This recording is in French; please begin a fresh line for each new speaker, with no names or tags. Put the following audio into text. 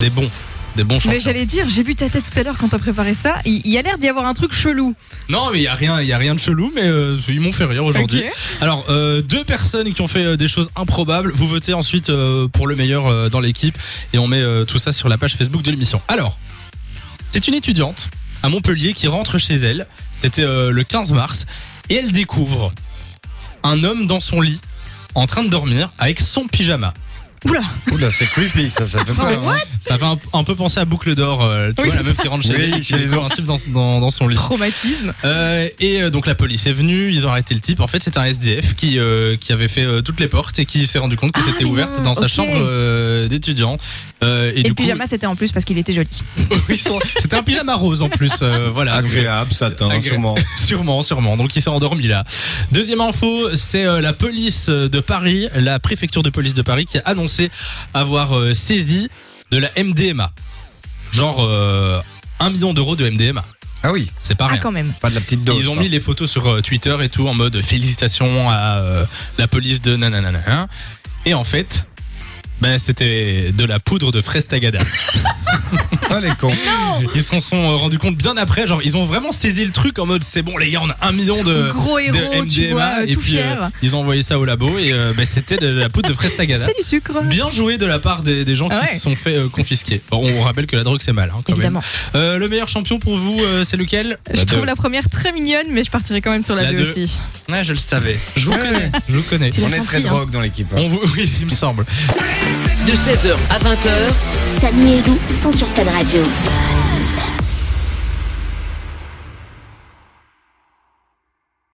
Des bons, des bons
Mais
chanteurs.
j'allais dire, j'ai vu ta tête tout à l'heure quand t'as préparé ça. Il il y a l'air d'y avoir un truc chelou.
Non, mais il y a rien, il y a rien de chelou, mais euh, ils m'ont fait rire aujourd'hui.
Ok.
Alors euh, deux personnes qui ont fait euh, des choses improbables. Vous votez ensuite euh, pour le meilleur euh, dans l'équipe et on met euh, tout ça sur la page Facebook de l'émission. Alors, c'est une étudiante à Montpellier qui rentre chez elle. C'était euh, le 15 mars et elle découvre un homme dans son lit en train de dormir avec son pyjama.
Oula.
Oula, c'est creepy, ça, ça fait
C'est
peur. hein.
Ça fait un, un peu penser à Boucle d'Or. euh, tu
Oui,
vois la
c'est
meuf qui rentre chez
Oui,
elle et qui
chez les
découvre un
ours.
type dans, dans- dans son lit.
Traumatisme.
Euh, et euh, donc la police est venue, ils ont arrêté le type. En fait, c'était un SDF qui euh, qui avait fait euh, toutes les portes et qui s'est rendu compte que
Ah,
c'était
mais
ouverte
non,
dans sa
ok.
chambre euh, d'étudiant. Euh, et,
Et,
du
le
coup,
pyjama, c'était en plus parce qu'il était joli.
ils sont- c'était un pyjama rose en plus. euh, voilà. Donc,
Agréable, satin,
Agré-
sûrement.
Sûrement, sûrement. Donc il s'est endormi là. Deuxième info, c'est euh, la police euh, de Paris, la préfecture de police de Paris qui a annoncé avoir euh, saisi de la MDMA. Genre euh, un million d'euros de MDMA.
Ah oui,
C'est pas
Ah,
rien.
quand même.
pas de la petite dose. hein.
Ils ont
quoi.
mis les photos sur euh, Twitter et tout en mode félicitations à euh, la police de nananana. hein. Et en fait, ben, c'était de la poudre de fraise tagada.
Ah, les cons.
Oh.
Ils s'en sont euh, rendus compte bien après. Genre, ils ont vraiment saisi le truc en mode c'est bon, les gars, on a un million de.
Gros héros,
de
tu vois,
MDMA et
tout
puis
fier.
euh, ils ont envoyé ça au labo et euh, ben, c'était de la poudre de fraise tagada.
C'est du sucre.
Bien joué de la part des, des gens
Ah
qui
ouais.
se sont fait euh, confisquer. Bon, on rappelle que la drogue c'est mal hein, quand
Évidemment.
même. Euh, le meilleur champion pour vous euh, c'est lequel
Je
La
trouve
deux.
la première très mignonne, mais je partirai quand même sur la,
La
deux,
deux.
aussi.
Ouais, Ah, je le savais. Je vous connais. Je vous connais.
Tu l'as
On est
senti,
très
hein.
drogue dans l'équipe. hein.
On vous, oui, il me semble.
de 16h à 20h.
Samy et Lou sont sur Fan Radio.